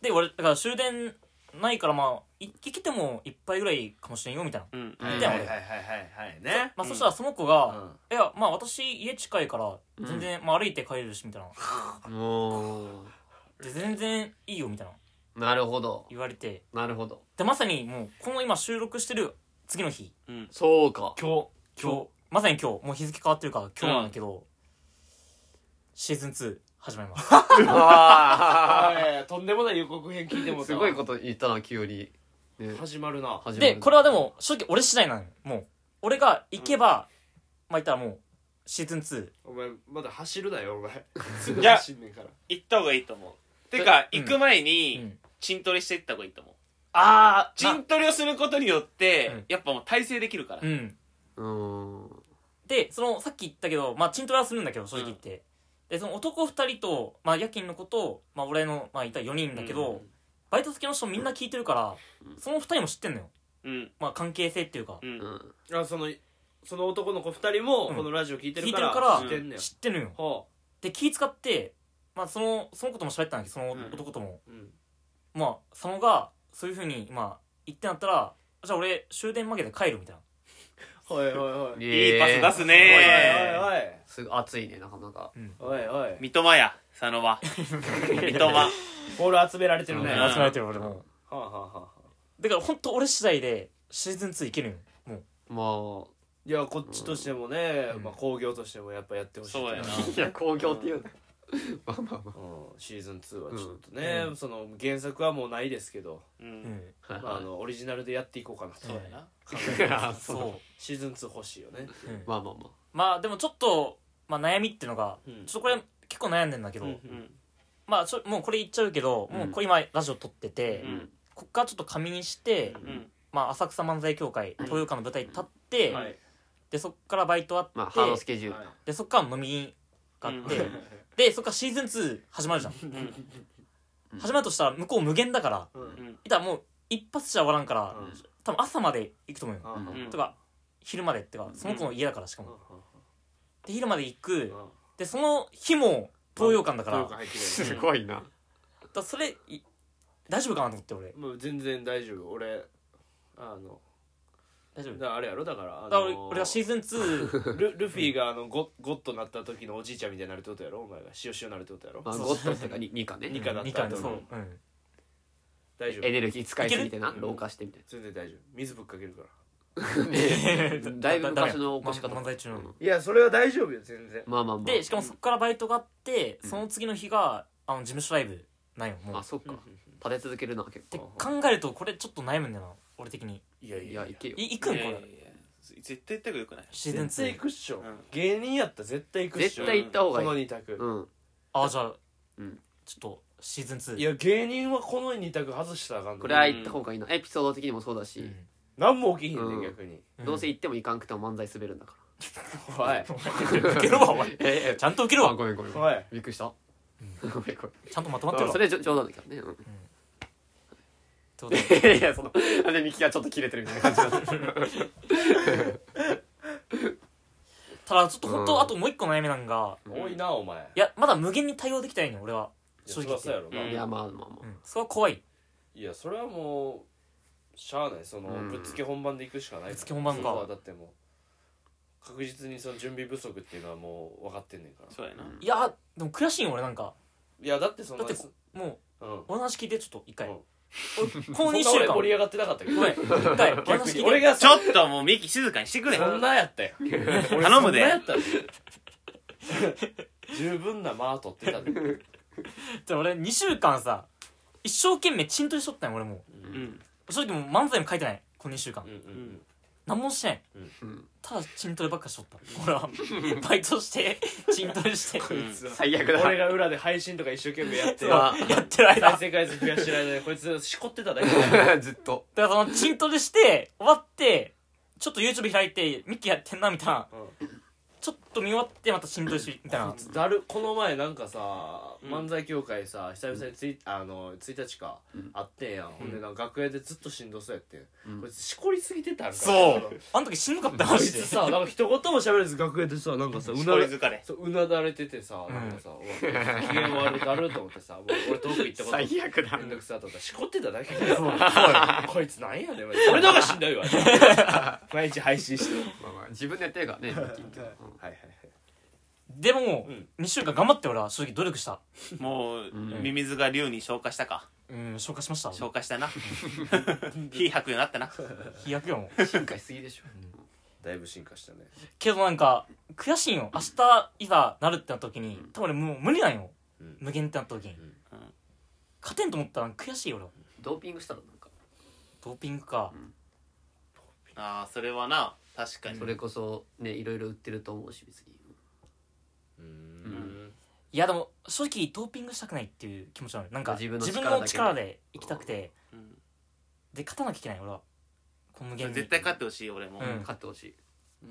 Speaker 3: で俺だから終電ないからまあ行きても一杯ぐらいかもしれんよみたいな、
Speaker 2: うん
Speaker 4: うん
Speaker 3: じゃあ
Speaker 5: はいは
Speaker 3: 俺
Speaker 5: いはいはいはい。ね。
Speaker 3: まあ、そしたらその子
Speaker 5: う
Speaker 3: が
Speaker 5: ん
Speaker 3: 「いやまあ私家近いから全然、まあ、歩いて帰れるし」みたいな
Speaker 4: も
Speaker 3: で全然いいよみたいな
Speaker 4: うなるほど
Speaker 3: 言われて
Speaker 4: なるほど
Speaker 3: でまさにもうこの今収録してる次の日
Speaker 4: そうか
Speaker 5: 今日、
Speaker 3: 今日まさに今日もう日付変わってるから今日なんだけど、シーズン2始まります <laughs>
Speaker 5: あ
Speaker 4: あ
Speaker 5: いやいやとんでもない予告編聞いても
Speaker 4: ー
Speaker 5: さ
Speaker 4: すごいこと言ったな急にね
Speaker 5: 始まるな。
Speaker 4: 始まる
Speaker 3: でこれはでも正直俺次第なのよもう俺が行けば、まあ言ったらもうシーズン2
Speaker 5: お前、まだ走るなよ、お
Speaker 3: <laughs>
Speaker 5: 前。すぐ
Speaker 2: いや
Speaker 5: 走んねんから。
Speaker 2: 行った方がいいと思うてか
Speaker 3: うん
Speaker 2: 行く前
Speaker 3: う
Speaker 2: に
Speaker 3: ん
Speaker 2: 筋トレしていった方がいいと思
Speaker 5: あ
Speaker 2: 陣取りをすることによって、
Speaker 3: うん
Speaker 2: やっぱもう体制できるから、
Speaker 3: うん
Speaker 4: うん。
Speaker 3: でそのさっき言ったけどまあチントラはするんだけど正直言って、でその男2人と、まあ、夜勤の子と、まあ、俺の、まあ、いた4人だけど、バイト先の人みんな聞いてるから、その2人も知ってんのよ
Speaker 2: うん
Speaker 3: まあ関係性っていうか、
Speaker 2: うん
Speaker 4: う
Speaker 2: うん
Speaker 4: ん。
Speaker 5: あそのその男の子二人も
Speaker 3: うん
Speaker 5: このラジオ聞いてる
Speaker 3: 聞い
Speaker 5: か
Speaker 3: てる
Speaker 5: ら
Speaker 3: から
Speaker 5: 知ってんねん
Speaker 3: 知ってんのよ
Speaker 5: は
Speaker 3: で気使って、まあ、そのその子とも喋ったんだけどその
Speaker 2: うん
Speaker 3: 男とも、
Speaker 5: あうん
Speaker 3: まあ佐野がそういうふうに、まあ、言ってなったらじゃあ俺終電負けて帰るみたいな
Speaker 5: はいはいはい
Speaker 4: い
Speaker 2: いいパス出す
Speaker 5: おい
Speaker 2: ね
Speaker 5: おい
Speaker 4: すごい熱いね、なかなか。
Speaker 5: おいおいおいおい
Speaker 2: 三笘や佐野は三笘
Speaker 5: ボール集められてるね
Speaker 2: うん
Speaker 5: は
Speaker 2: 集められ
Speaker 3: てる俺も
Speaker 5: あはあはあはあ
Speaker 3: だから本当俺次第でシーズン2いけるんよもう
Speaker 4: ま
Speaker 5: いやこっちとしてもね
Speaker 3: うん
Speaker 5: まあ興行としてもやっぱやってほしい
Speaker 2: そうやな
Speaker 4: あ、いや、工業っていう。まあまあま
Speaker 5: うんシーズン2はちょっとね
Speaker 3: うん
Speaker 5: その原作はもうないですけど
Speaker 2: う
Speaker 3: うんん
Speaker 4: あ。
Speaker 5: まああのオリジナルでやっていこうかなと
Speaker 2: そうやな
Speaker 4: あ
Speaker 3: そ
Speaker 4: そうう、
Speaker 5: シーズン2欲しいよね
Speaker 3: うん
Speaker 4: まあまあま
Speaker 3: まあでもちょっと、まあ、悩みっていうのが
Speaker 5: うん
Speaker 3: ちょっとこれ結構悩んでんだけど、
Speaker 5: うん
Speaker 2: うん
Speaker 3: まあちょもうこれ言っちゃうけど、もうこれ今ラジオ撮ってて、
Speaker 2: うん
Speaker 3: こっからちょっと紙にして、
Speaker 2: うん
Speaker 3: まあ、浅草漫才協会東洋館の舞台に立って、
Speaker 5: はい
Speaker 3: でそっからバイトあって、
Speaker 4: あ。まあ、ハードスケジュー
Speaker 5: はい
Speaker 4: ル。
Speaker 3: でそっから飲みがあって、でそっからシーズン2始まるじゃん、
Speaker 4: うん
Speaker 3: 始まるとしたら向こう無限だから
Speaker 5: うんうん
Speaker 3: いたらもう一発じゃ終わらんから、
Speaker 5: うん
Speaker 3: 多分朝まで行くと思うよ、
Speaker 5: うん
Speaker 2: うん
Speaker 3: とか昼までってかその子の家だからしかも、で昼まで行
Speaker 5: う
Speaker 3: く
Speaker 5: ん
Speaker 3: でその日も東洋館だから,、
Speaker 5: 東洋館入ってくれる
Speaker 4: すごいな。
Speaker 3: だからそれい大丈夫かなと思って俺
Speaker 5: もう全然大丈夫俺あの
Speaker 3: 大丈夫
Speaker 5: だからあれやろだからあの
Speaker 3: だから俺俺がシーズン2
Speaker 5: <laughs> ルルフィがあのゴゴッドなった時のおじいちゃんみたいになるってことやろお前が塩塩なるってことやろ
Speaker 4: まあ、
Speaker 3: そう
Speaker 4: ゴッドっていうか、に二かね。
Speaker 5: 二課だった
Speaker 3: 二課
Speaker 5: 後
Speaker 3: そう
Speaker 5: の、
Speaker 3: うん、
Speaker 5: 大丈
Speaker 4: エ
Speaker 5: 夫
Speaker 4: ネルギー使いすぎてな、
Speaker 5: いける
Speaker 4: 老化してみたい
Speaker 5: 全然大丈夫水ぶっかけるから
Speaker 4: な。 <laughs> だいぶ昔の起こし方。
Speaker 3: ま漫才中の
Speaker 4: うん
Speaker 5: いやそれは大丈夫よ全然
Speaker 4: まあまあまあ。
Speaker 3: でしかもそこからバイトがあって、その次の日があの事務所ライブなんよもう
Speaker 4: あ、そっか。立て続けるな、結
Speaker 3: って
Speaker 4: 構。
Speaker 3: 考えるとこれちょっと悩むんだよな俺的に
Speaker 5: いやい
Speaker 4: い
Speaker 5: や
Speaker 4: や、
Speaker 5: い
Speaker 4: い
Speaker 5: や
Speaker 4: けよ。
Speaker 3: い行くんこ
Speaker 2: いやいや
Speaker 3: れ
Speaker 2: いや絶対行った方がよくない
Speaker 3: シーズン
Speaker 5: 絶対
Speaker 3: 2
Speaker 5: 行くっしょ、
Speaker 2: うん
Speaker 5: 芸人やったら絶対行くっしょ
Speaker 4: 絶対行った方がい
Speaker 5: この
Speaker 4: い。
Speaker 5: 2択、
Speaker 4: うん。
Speaker 3: ああじゃあ、
Speaker 4: うん
Speaker 3: ちょっとシーズン2
Speaker 5: いや芸人はこの2択外したらあかん
Speaker 4: これは行った方がいいな。エピソード的にもそうだし、
Speaker 5: 何も起きひんね、、
Speaker 4: うんん
Speaker 5: 逆に
Speaker 3: うん
Speaker 4: どうせ行っても行かんくても漫才滑るんだか
Speaker 5: おい
Speaker 3: 受けるわお
Speaker 4: ら
Speaker 3: 前。
Speaker 4: <laughs> え
Speaker 3: ちゃんと受ける
Speaker 4: あ
Speaker 3: わ
Speaker 4: ごめんごめんごめん
Speaker 5: おい
Speaker 4: びっくりした <laughs> ごめんご
Speaker 3: ちゃんとまとまってる
Speaker 4: めん
Speaker 3: わ
Speaker 4: それじょ冗談だけどねうん
Speaker 3: ってことで
Speaker 4: <laughs> いやいやそのなんでミキがちょっと切れてるみたいな感じになってる
Speaker 3: ただちょっと本
Speaker 4: う
Speaker 3: 当
Speaker 4: ん
Speaker 3: あともう一個悩みなんが
Speaker 5: 多いなお前
Speaker 3: いやまだ無限に対応できてないの俺はい
Speaker 5: やそ
Speaker 3: 正直
Speaker 5: り
Speaker 3: 言
Speaker 5: ゃ
Speaker 3: って
Speaker 5: そうやろな、
Speaker 2: うん
Speaker 4: いやまあまあま
Speaker 3: うんそれは怖い
Speaker 5: いやそれはもうしゃあないその、
Speaker 4: うん
Speaker 5: ぶっつけ本番で行くしかない
Speaker 3: ぶっつけ本番か
Speaker 5: そこはだってもう確実にその準備不足っていうのはもう分かってんねんから
Speaker 2: そうやな、
Speaker 3: いやでも悔しいよ俺なんか
Speaker 5: いやだってその
Speaker 3: だってもう
Speaker 5: うん
Speaker 3: お話聞いてちょっと一回
Speaker 5: うん
Speaker 3: おこの2
Speaker 5: そん
Speaker 3: 週
Speaker 5: な俺
Speaker 3: 間
Speaker 5: 盛り上がってなかったけど
Speaker 3: ごめん一回お
Speaker 5: <laughs> 逆
Speaker 3: 話聞
Speaker 5: に
Speaker 3: い
Speaker 5: 俺
Speaker 3: て
Speaker 5: が
Speaker 2: ちょっともうミキ静かにしてくれ
Speaker 5: そんなや
Speaker 3: <laughs>
Speaker 5: ったよ
Speaker 2: 頼むで
Speaker 5: 俺そんなやったで <laughs> 十分な間取ってたで
Speaker 3: じゃあ俺2週間さ一生懸命チンとしとったんよ俺も
Speaker 2: うん
Speaker 3: う正直もう漫才も書いてないこの2週間
Speaker 5: うんうん
Speaker 3: 何もしてない
Speaker 4: うん
Speaker 3: ただチントレばっかしとった
Speaker 5: <laughs>
Speaker 3: 俺はバイトしてチントレして
Speaker 5: こいつは
Speaker 4: 最悪だ
Speaker 5: 俺が裏で配信とか一生懸命やって
Speaker 4: は
Speaker 3: やってる間
Speaker 5: 再生回数増やしてる間にこいつしこってただけ
Speaker 3: <laughs>
Speaker 4: <laughs> ずっと
Speaker 3: だからそのチントレして終わってちょっと YouTube 開いてミッキーやってんなみたいな
Speaker 5: うん
Speaker 3: ちょっと見終わってまたチントレしみたいな
Speaker 5: こいつだるこの前なんかさ
Speaker 2: ん
Speaker 5: 漫才協会さ久々にツイあの1日かあってんやんほんでなんか楽屋でずっとしんどそうやってん
Speaker 4: ん
Speaker 5: こいつしこりすぎてたんか
Speaker 3: そうあの時しんどかった
Speaker 5: こい
Speaker 3: マジで
Speaker 5: つさなんか一言も喋れず楽屋でさなんかさうな
Speaker 2: 氷
Speaker 5: ら
Speaker 2: 疲れ
Speaker 5: そううなだれててさなんかさ、うわ機嫌悪いだると思ってさもう俺遠く行ったこと
Speaker 4: 最悪だ
Speaker 5: めんどくさとかしこってただけだ <laughs> よこいつなんやねん俺の方がしんどい <laughs> わ毎日配信して
Speaker 4: まあまあ自分でやってるからね <laughs> ミキって
Speaker 5: はいはいはい
Speaker 3: でも
Speaker 5: うん
Speaker 3: 2週間頑張って俺は正直努力した
Speaker 2: もう、
Speaker 4: ん
Speaker 2: ミミズが竜に消化したか
Speaker 3: うん消化しました
Speaker 2: 消化したな火吐くようになったな
Speaker 3: 飛躍よもう
Speaker 4: 進化しすぎでしょ
Speaker 5: だいぶ進化したね
Speaker 3: けどなんか悔しいよ明日いざなるってなった時に多分俺もう無理なんよ、
Speaker 5: うん
Speaker 3: 無限ってなった時に、
Speaker 2: ん
Speaker 3: 勝てんと思ったら悔しいよ俺は
Speaker 4: ドーピングしたらなんか
Speaker 3: ドーピングか、
Speaker 2: ああそれはな確かに
Speaker 4: それこそねいろいろ売ってると思うし別に
Speaker 5: うん
Speaker 3: いやでも正直ドーピングしたくないっていう気持ちなのよなんか
Speaker 4: 自
Speaker 3: 自
Speaker 4: 分
Speaker 3: 分
Speaker 4: の
Speaker 3: の力
Speaker 4: 力だ
Speaker 3: で
Speaker 4: けで
Speaker 3: 行きたくて、
Speaker 2: うん
Speaker 3: で勝たなきゃいけない俺はこのゲーム
Speaker 2: 絶対勝ってほしい俺も、
Speaker 3: うん
Speaker 4: 勝ってほしい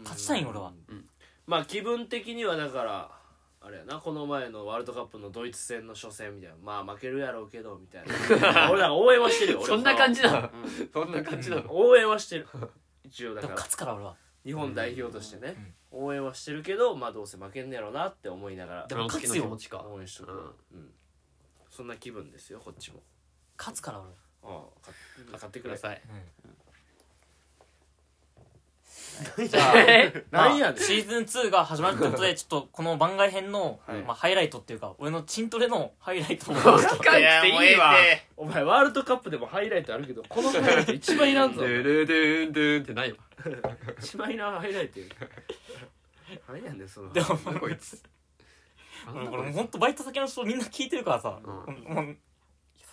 Speaker 3: 勝ちたいよ俺は
Speaker 4: うん
Speaker 5: まあ気分的にはだからあれやなこの前のワールドカップのドイツ戦の初戦みたいなまあ負けるやろうけどみたいな <laughs> 俺らが応援はしてるよ俺
Speaker 4: そんな感じなの
Speaker 2: うん
Speaker 4: そんな感じなの
Speaker 5: 応援はしてる一応だ
Speaker 3: で
Speaker 5: から
Speaker 3: も勝つから俺は
Speaker 5: 日本代表としてね、応援はしてるけどまあどうせ負けんねやろうなって思いながら
Speaker 3: でも勝つ
Speaker 4: あの時の気持
Speaker 3: よ
Speaker 4: ちか
Speaker 5: 応援しとく、うんそんな気分ですよこっちも
Speaker 3: 勝つから俺は
Speaker 5: ああか買って
Speaker 4: く
Speaker 5: く
Speaker 4: だ
Speaker 5: ださい
Speaker 4: さい
Speaker 5: じゃあ
Speaker 3: まあ
Speaker 5: 何やねん
Speaker 3: シーズン2が始まるってことでちょっとこの番外編の、
Speaker 5: はい
Speaker 3: まあ、ハイライトっていうか俺のチントレのハイライトを
Speaker 4: 深
Speaker 2: いや
Speaker 4: く
Speaker 2: もう
Speaker 4: てい
Speaker 2: え
Speaker 4: いわ
Speaker 2: えって
Speaker 5: お前ワールドカップでもハイライトあるけどこのハイライト一番いらんぞ
Speaker 4: ドゥルドゥンドゥンってないわ
Speaker 5: 一番いらんハイライトや何やねんその
Speaker 3: でも
Speaker 4: こいつ
Speaker 3: 俺これほんとバイト先の人みんな聞いてるからさ、
Speaker 4: う
Speaker 3: もう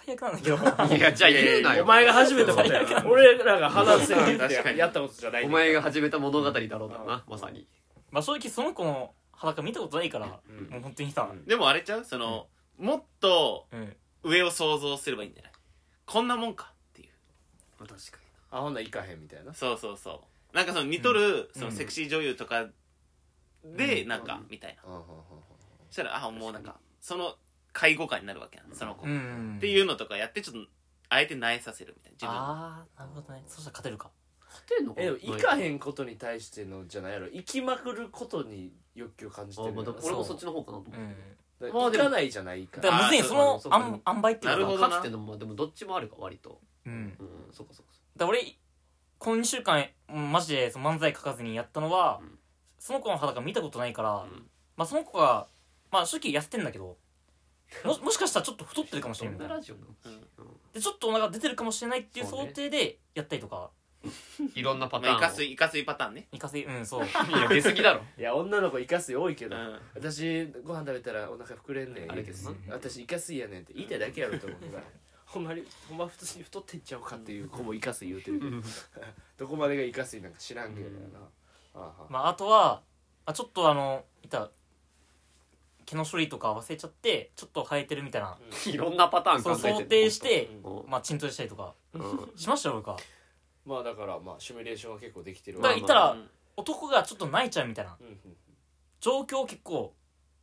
Speaker 3: 最悪なんだけど
Speaker 4: いやじゃあ言うなよ
Speaker 5: お前が始めたことやな俺らが話せるっ
Speaker 2: 確か
Speaker 5: て
Speaker 2: に
Speaker 5: やったことじゃない
Speaker 4: お前が始めた物語だろうなまさに
Speaker 3: まあ正直その子の裸見たことないから、
Speaker 5: うん
Speaker 3: もう本当にさ、
Speaker 5: うん
Speaker 2: でもあれちゃうその、もっと
Speaker 3: うん
Speaker 2: 上を想像すればいいんじゃないこんなもんかっていう
Speaker 4: 確かに
Speaker 5: あほんなら行かへんみたいな
Speaker 2: そうそうそうなんかその似とる、
Speaker 3: うん
Speaker 2: そうの
Speaker 3: ん
Speaker 2: セクシー女優とかで、なんか、
Speaker 5: うん
Speaker 2: みたいな
Speaker 5: うんうんうんうん
Speaker 2: そしたらあもうなんかその介護官になるわけやんその子、
Speaker 3: う
Speaker 2: っ
Speaker 3: ん、
Speaker 2: ていうのとかやってちょっとあえて萎えさせるみたいな自分の
Speaker 3: ああなるほどねそしたら勝てるか
Speaker 4: 勝てんの
Speaker 5: えでも行かへんことに対してのじゃないやろ行きまくることに欲求感じてるよな
Speaker 4: 俺もそっちの方かなと
Speaker 3: う
Speaker 4: 思っ
Speaker 3: ん
Speaker 5: だ
Speaker 4: ま
Speaker 5: から
Speaker 4: あで
Speaker 5: 行
Speaker 4: も
Speaker 5: かないじゃないか
Speaker 3: だかららむずいね
Speaker 2: あー
Speaker 3: その
Speaker 4: そう
Speaker 3: あ
Speaker 4: かそうん
Speaker 3: 塩梅ってい
Speaker 2: な
Speaker 3: うか
Speaker 2: る
Speaker 3: さ
Speaker 2: ほど
Speaker 4: かつてのまあでもどっちもあるか割と
Speaker 3: うん
Speaker 4: うんそうかそうか
Speaker 3: だから俺この2週間うんマジでその漫才書かずにやったのは、
Speaker 4: うん
Speaker 3: その子の裸見たことないから、
Speaker 4: うん
Speaker 3: まあ、その子が、まあ、正直痩せてんだけどももしかしたらちょっと太ってるかもし
Speaker 4: そ
Speaker 3: れ
Speaker 4: ん
Speaker 3: な
Speaker 4: ないラジオなの
Speaker 3: でちょっとお腹出てるかもしれないっていう
Speaker 4: そう
Speaker 3: 想
Speaker 4: ね
Speaker 3: 定でやったりとか
Speaker 4: <laughs> いろんなパタ
Speaker 2: まあ、いか
Speaker 4: ー
Speaker 2: す
Speaker 4: ン
Speaker 2: いいかすいパターンね、
Speaker 3: いかせうん
Speaker 4: <laughs>
Speaker 3: そう
Speaker 4: いや出過
Speaker 2: <laughs>
Speaker 4: ぎだろ
Speaker 5: いや女の子行かすよ多いけ
Speaker 2: う
Speaker 5: ど
Speaker 2: ん、
Speaker 5: 私ご飯食べたらお腹膨れんねん
Speaker 4: あれですな
Speaker 5: 言うて私イカスイやねんって言いたいだけやろと思
Speaker 4: <laughs>
Speaker 5: うからほんまにほんま普通に太ってっちゃうかっていう子もイカスイ言うてるけどどこまでがイカスイなんか知らんけどなああ
Speaker 3: まあ、あとはあちょっとあのいた毛の処理とか忘れちゃってちょっと生えてるみたいな、
Speaker 4: いろんなパターン
Speaker 3: そう
Speaker 4: 考えてんの
Speaker 3: 想定して、
Speaker 4: うん
Speaker 3: まあ、チントレしたりとか
Speaker 4: うん
Speaker 3: しましたよ僕は
Speaker 5: まあだからまあシミュレーションは結構できてる
Speaker 3: だ
Speaker 5: わ
Speaker 3: から言ったら、
Speaker 2: うん
Speaker 3: 男がちょっと泣いちゃうみたいな
Speaker 5: うんうん
Speaker 3: 状況を結構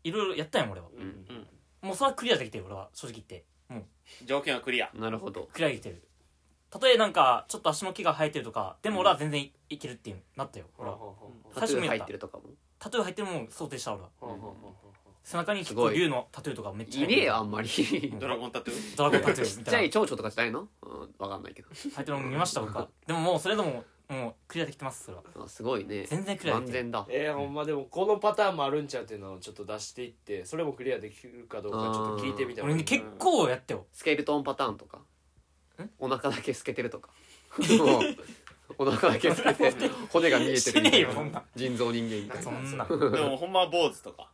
Speaker 3: いろいろやったんや俺は
Speaker 5: うんうん
Speaker 3: もうそれはクリアできてる俺は正直言って
Speaker 2: 条件はクリア
Speaker 4: なるほど
Speaker 3: クリアできてるたとえなんかちょっと足の毛が生えてるとかでも俺は全然い,、けるっていうなったよ
Speaker 5: ほ
Speaker 3: 俺
Speaker 5: ら
Speaker 3: は
Speaker 5: ほらほ
Speaker 4: タ
Speaker 3: 最
Speaker 4: ト
Speaker 3: 初見
Speaker 4: ゥ
Speaker 3: え
Speaker 4: ー
Speaker 3: た
Speaker 4: 入ってるとかも
Speaker 3: タトゥー入ってるのも想定した俺は
Speaker 5: らほらほらほ
Speaker 3: 背中に
Speaker 4: す
Speaker 3: 結
Speaker 4: ご
Speaker 3: 構
Speaker 4: い
Speaker 3: 竜のタトゥーとかめっちゃ入
Speaker 4: い
Speaker 3: って
Speaker 4: ね
Speaker 3: る
Speaker 4: えよあんまりち
Speaker 2: ドラゴンタトゥー
Speaker 3: ドラゴンタトゥー
Speaker 4: っ
Speaker 3: み
Speaker 4: <laughs> ちゃ
Speaker 3: た
Speaker 4: い
Speaker 3: い
Speaker 4: 蝶々とかじゃないのうんわかんないけど
Speaker 3: な入ってるのも見ました僕はでももうそれでももうクリアできてますそれは
Speaker 4: あすごいね
Speaker 3: 全然クリアで
Speaker 4: 完
Speaker 3: きてる
Speaker 4: 全だ
Speaker 5: らえー、ほんまでもこのパターンもあるんちゃうっていうのをちょっと出していってそれもクリアできるかどうかちょっと聞いてみた
Speaker 3: 俺ね
Speaker 5: い
Speaker 3: 結構やったよ
Speaker 4: スケルトンパターンとか
Speaker 3: ん
Speaker 4: お腹だけ透けてるとかもうお腹だけ透け
Speaker 3: <laughs>
Speaker 4: て骨が見えてるみたい
Speaker 3: してねえよそん
Speaker 4: な
Speaker 3: な
Speaker 4: 人造人間みたい
Speaker 3: そ
Speaker 4: なん
Speaker 3: な
Speaker 4: <laughs>
Speaker 2: でもほんまは坊主とか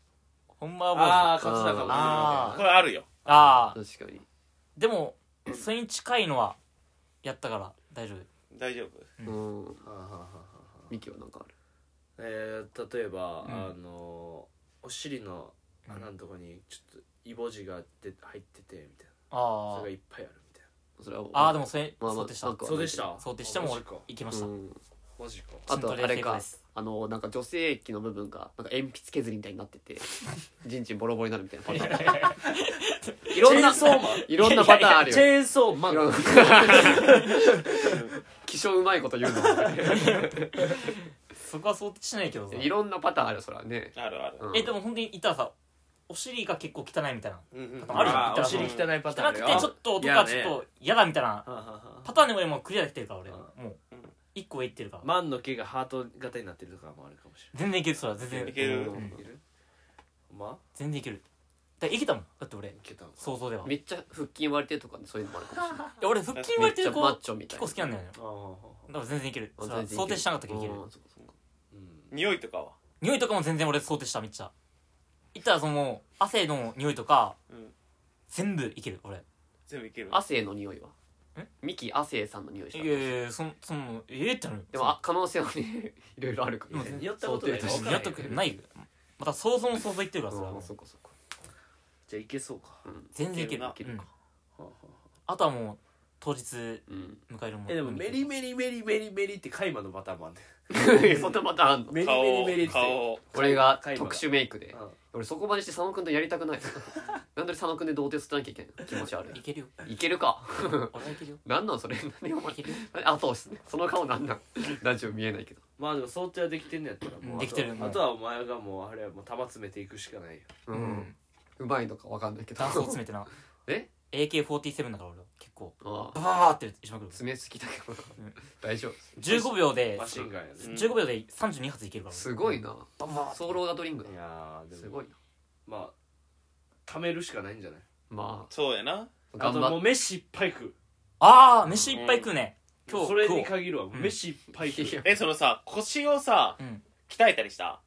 Speaker 3: ほんまはもう
Speaker 5: ああ勝つなかも
Speaker 3: あー
Speaker 2: これあるよ
Speaker 3: あー
Speaker 4: 確かに
Speaker 3: でもそれに近いのはやったから大丈夫
Speaker 2: 大丈夫
Speaker 4: うん
Speaker 5: ああ
Speaker 4: ミキはなんかある
Speaker 5: えー、例えば、
Speaker 3: うん
Speaker 5: あのお尻の穴のとこにちょっとイボ痔がで入っててみたいな
Speaker 3: あ
Speaker 5: それが
Speaker 3: ー
Speaker 5: いっぱいあるみたい
Speaker 4: それは
Speaker 3: あーで
Speaker 4: も
Speaker 3: もそれ
Speaker 4: まあまあ
Speaker 3: 想定した
Speaker 4: なんか
Speaker 5: なそうでした
Speaker 3: 想定しても
Speaker 5: マ
Speaker 3: 俺
Speaker 5: ジか
Speaker 3: いけました
Speaker 5: マジか
Speaker 4: あとあれ
Speaker 3: シンプルで正解
Speaker 4: か
Speaker 3: です
Speaker 4: あのなんか女性器の部分がなんか鉛筆削りみたいになって <laughs> てじんちんボロボロになるみたいなパターンいろんな
Speaker 5: ー
Speaker 4: いろんなパターン
Speaker 5: マ
Speaker 4: ある
Speaker 5: ン
Speaker 4: よ
Speaker 5: チェーンソーマ
Speaker 4: <laughs> い
Speaker 5: ン
Speaker 4: ろんな気性うまいこと言うの
Speaker 3: そこは想定しないけどさ
Speaker 4: いろんなパターンあるよそれはね
Speaker 2: あるある
Speaker 4: うん
Speaker 3: えでも本当にいたらさお尻が結構汚いみたいな
Speaker 2: あるよ
Speaker 5: あーお尻
Speaker 3: 見た
Speaker 5: 汚いパターン
Speaker 3: 汚
Speaker 5: あ
Speaker 3: く
Speaker 5: る
Speaker 3: て
Speaker 5: よ
Speaker 3: ちょっと男はちょっと嫌だみたいな
Speaker 5: あはは
Speaker 3: パターンでも今クリアできてるから俺
Speaker 5: うん
Speaker 3: もう
Speaker 2: うん
Speaker 3: 一個上いってるから
Speaker 5: マンの毛がハート型になってるとかもあるかもし
Speaker 3: 全然いけるそれは全
Speaker 2: い
Speaker 3: 然
Speaker 2: ける
Speaker 4: う
Speaker 5: れ
Speaker 4: ん
Speaker 5: ないいるま
Speaker 3: 全然いけるだからいけたもんだって俺
Speaker 5: いけたのか
Speaker 3: 想像では
Speaker 4: めっちゃ腹筋割れてるとかそういうのもあるかもしれない
Speaker 3: いや俺腹筋割れてる
Speaker 4: めっちゃマ
Speaker 3: 子
Speaker 4: ッチョみ
Speaker 3: 結
Speaker 4: たい
Speaker 3: 構
Speaker 4: な
Speaker 3: 好きなんだよねだ
Speaker 5: あー
Speaker 3: から全然いけるそれ
Speaker 4: 全
Speaker 3: は
Speaker 4: 然いける
Speaker 3: 想定しなかったけどいける
Speaker 4: うんそうかそうか
Speaker 5: うん
Speaker 2: 匂いとかは
Speaker 3: 匂いとかも全然俺想定しためっちゃいったらその汗の匂いとか
Speaker 2: うん
Speaker 3: 全部いける俺
Speaker 2: 全部いける
Speaker 4: 汗の匂いは
Speaker 3: え
Speaker 4: ミキ亜生さんの匂いし
Speaker 3: い
Speaker 4: た
Speaker 3: やいやいやそんそのええってなる
Speaker 4: でもあ可能性はねいろいろあるからね
Speaker 5: やったことない
Speaker 4: 想定として
Speaker 3: やっとくないよまた想像も想像いってるからそれは
Speaker 4: う
Speaker 3: も
Speaker 4: ん
Speaker 3: う
Speaker 4: そうかそうか
Speaker 5: じゃあいけそうか
Speaker 3: 全然いけ
Speaker 2: いけ
Speaker 3: る
Speaker 2: るない
Speaker 4: けるか
Speaker 3: うんあとはもう当日
Speaker 4: うん。
Speaker 3: 迎えるもん
Speaker 5: えでもメリメリメリメリメリってカイマのパターンもあんね
Speaker 4: そんなパターンあんの
Speaker 5: メリ
Speaker 2: 顔
Speaker 5: メリメリって
Speaker 2: 顔
Speaker 4: <laughs> 俺が
Speaker 5: カイマ
Speaker 4: 特殊メイクで
Speaker 5: うん
Speaker 4: 俺そこまでして佐野くんとやりたくない <laughs> なんで佐野くんで童貞捨てなきゃいけないの気持ち
Speaker 3: <laughs>
Speaker 4: 悪
Speaker 3: いけるよ
Speaker 4: いいけるか
Speaker 3: 俺はいけるよ
Speaker 4: なんなんそれ <laughs> 何お前
Speaker 3: いけるよ
Speaker 4: あとその顔なんなん <laughs> ラジオ見えないけど
Speaker 5: まあでも想定はできてんのやったら
Speaker 3: う
Speaker 5: も
Speaker 3: ん
Speaker 5: う
Speaker 3: できてる
Speaker 5: あとは
Speaker 3: もう
Speaker 5: あとはお前がもうあれはもう玉詰めていくしかないよ
Speaker 4: う
Speaker 3: うんん
Speaker 4: うまいのかわかんないけど
Speaker 3: ダンスを詰めてな
Speaker 4: え
Speaker 3: AK47 だから俺は結構
Speaker 4: ああ
Speaker 3: バーってしまくる
Speaker 4: 詰めすぎたけど
Speaker 3: うん
Speaker 4: 大丈夫
Speaker 3: 15秒で
Speaker 5: マシンガンやね
Speaker 2: うん
Speaker 3: 15秒で32発いけるから
Speaker 4: すごいな
Speaker 3: バンバン
Speaker 4: ソーローダドリング
Speaker 5: い
Speaker 4: だ
Speaker 5: やー
Speaker 4: す
Speaker 5: で
Speaker 4: ご
Speaker 5: も
Speaker 4: いな
Speaker 5: まあ貯めるしかないんじゃない
Speaker 4: ま
Speaker 2: そうやな
Speaker 4: あ
Speaker 5: あ
Speaker 4: 頑
Speaker 5: とも
Speaker 4: 張っ
Speaker 5: う飯いっぱい食う
Speaker 3: ああ飯いっぱい食うね今日
Speaker 5: それに
Speaker 3: 食おう
Speaker 5: 限るわ
Speaker 3: ん
Speaker 5: 飯いっぱい食
Speaker 4: いや
Speaker 5: う
Speaker 2: えそのさ腰をさ
Speaker 3: うん
Speaker 2: 鍛えたりした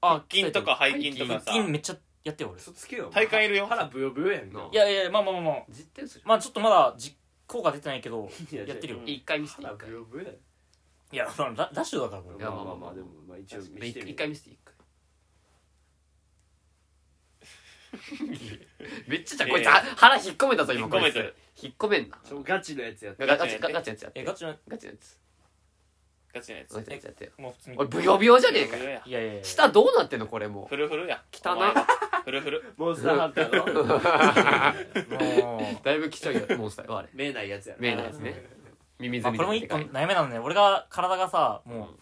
Speaker 3: あ
Speaker 2: 筋とか背筋とか
Speaker 3: 腹
Speaker 2: さ
Speaker 3: 筋めっちゃやってよ俺
Speaker 5: 嘘つけよお前
Speaker 2: 体幹いるよ
Speaker 5: 腹ブヨブヨやんない
Speaker 3: いやいやいやまあまあまあまあ
Speaker 4: 実点する
Speaker 3: まあちょっとまだ実効果出てないけど
Speaker 5: や
Speaker 3: やってるよ
Speaker 2: うん
Speaker 4: 一回見せて
Speaker 5: 腹
Speaker 4: 一
Speaker 5: ブ
Speaker 4: 回
Speaker 5: ヨブヨやん
Speaker 3: いやほらララッシュだからこ
Speaker 4: い
Speaker 3: れ
Speaker 4: や
Speaker 5: まあ
Speaker 4: まあ
Speaker 5: ま
Speaker 4: まあ
Speaker 5: あまあでもまあ一応見してみ
Speaker 4: 一回見せて一回めっちゃじゃんこいつ
Speaker 2: えー
Speaker 4: 腹引っ込めたぞ今
Speaker 2: 引っ込めて
Speaker 4: こいつ引っ込めんな
Speaker 5: ちょガチのやつやって
Speaker 4: ガガチガガチのやつやって
Speaker 3: えガチの
Speaker 4: ガチのやつ
Speaker 2: ガチなやつ
Speaker 4: ガチのやつやってよ
Speaker 3: まあ普通に
Speaker 4: 俺ブヨブヨじゃねえ
Speaker 2: ふ
Speaker 4: か
Speaker 2: るふ
Speaker 4: よ
Speaker 2: るや
Speaker 3: いやいやいや
Speaker 4: 下どうなってんのこれも
Speaker 2: ふるふるや
Speaker 4: 汚い
Speaker 2: お前がふるふる
Speaker 5: モンスターハンターの
Speaker 3: も
Speaker 4: うだいぶきちょいよモンスターよあれ
Speaker 5: 見えないやつやろ
Speaker 4: 見えないですね耳
Speaker 3: うま <laughs> あ
Speaker 4: 栓
Speaker 3: こ
Speaker 4: み
Speaker 3: れも
Speaker 4: たい
Speaker 3: 一個
Speaker 4: なでかい
Speaker 3: 悩みなのね俺が体がさもう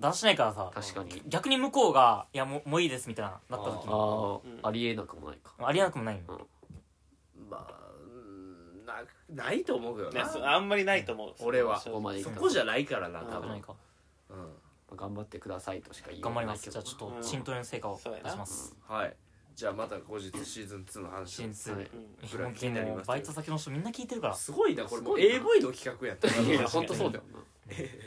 Speaker 3: 出してないからさ
Speaker 4: 確かに
Speaker 3: 逆に向こうが「いやもうもういいです」みたいななった時に
Speaker 4: あ
Speaker 2: うん
Speaker 4: あありえなくもないか
Speaker 3: ありえなくもないよ
Speaker 5: まあうんなないと思うけど
Speaker 2: ね
Speaker 5: な
Speaker 2: そあんまりないと思う
Speaker 5: 俺は
Speaker 2: そ
Speaker 4: そうこまでい
Speaker 5: そ
Speaker 4: かない
Speaker 5: こじゃないからな多
Speaker 3: 危な
Speaker 5: 分
Speaker 3: いか
Speaker 5: うん
Speaker 4: 頑張ってくださいとしか言いよう
Speaker 3: 頑張
Speaker 4: が
Speaker 3: り
Speaker 4: な
Speaker 3: ま
Speaker 4: いけ
Speaker 3: す
Speaker 4: ど
Speaker 3: じゃあちょっと浸透の成果を出します
Speaker 5: はいじゃあまた後日シーズン2の話
Speaker 3: 真
Speaker 5: を
Speaker 3: 実
Speaker 4: はい
Speaker 2: うん
Speaker 5: これは
Speaker 3: <laughs> もう
Speaker 5: 気になりますよ
Speaker 3: バイト先の人みんな聞いてるから
Speaker 5: すごいなこれもう
Speaker 4: すごいな
Speaker 5: AV の企画やった
Speaker 4: いや
Speaker 5: な
Speaker 4: 本当そうだよな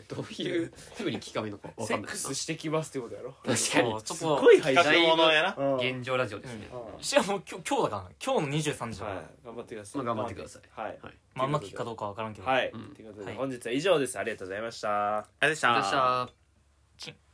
Speaker 4: どういうふうに聞かめるのか
Speaker 5: <laughs>
Speaker 4: わ
Speaker 5: セ
Speaker 4: かん
Speaker 5: ッ
Speaker 4: な
Speaker 5: ク
Speaker 4: いな
Speaker 5: スしてきますってことやろ
Speaker 3: そうちょっ
Speaker 5: す
Speaker 3: と
Speaker 5: ごい配
Speaker 2: 企
Speaker 5: 信
Speaker 2: 画ものやな
Speaker 5: うんはい
Speaker 4: 現状ラジオですね、
Speaker 3: しかも今日今日だからな今日の23時だから
Speaker 5: 頑張ってくださ
Speaker 4: ま
Speaker 5: い
Speaker 4: あ、頑張ってください
Speaker 5: はい
Speaker 4: はい
Speaker 3: まああんま聞くかどうかわからんけど
Speaker 5: はい
Speaker 4: うん
Speaker 5: ということ
Speaker 3: は
Speaker 5: で
Speaker 3: い
Speaker 5: 本日は以上ですありがとうございました
Speaker 2: あれでした
Speaker 4: でした
Speaker 3: チン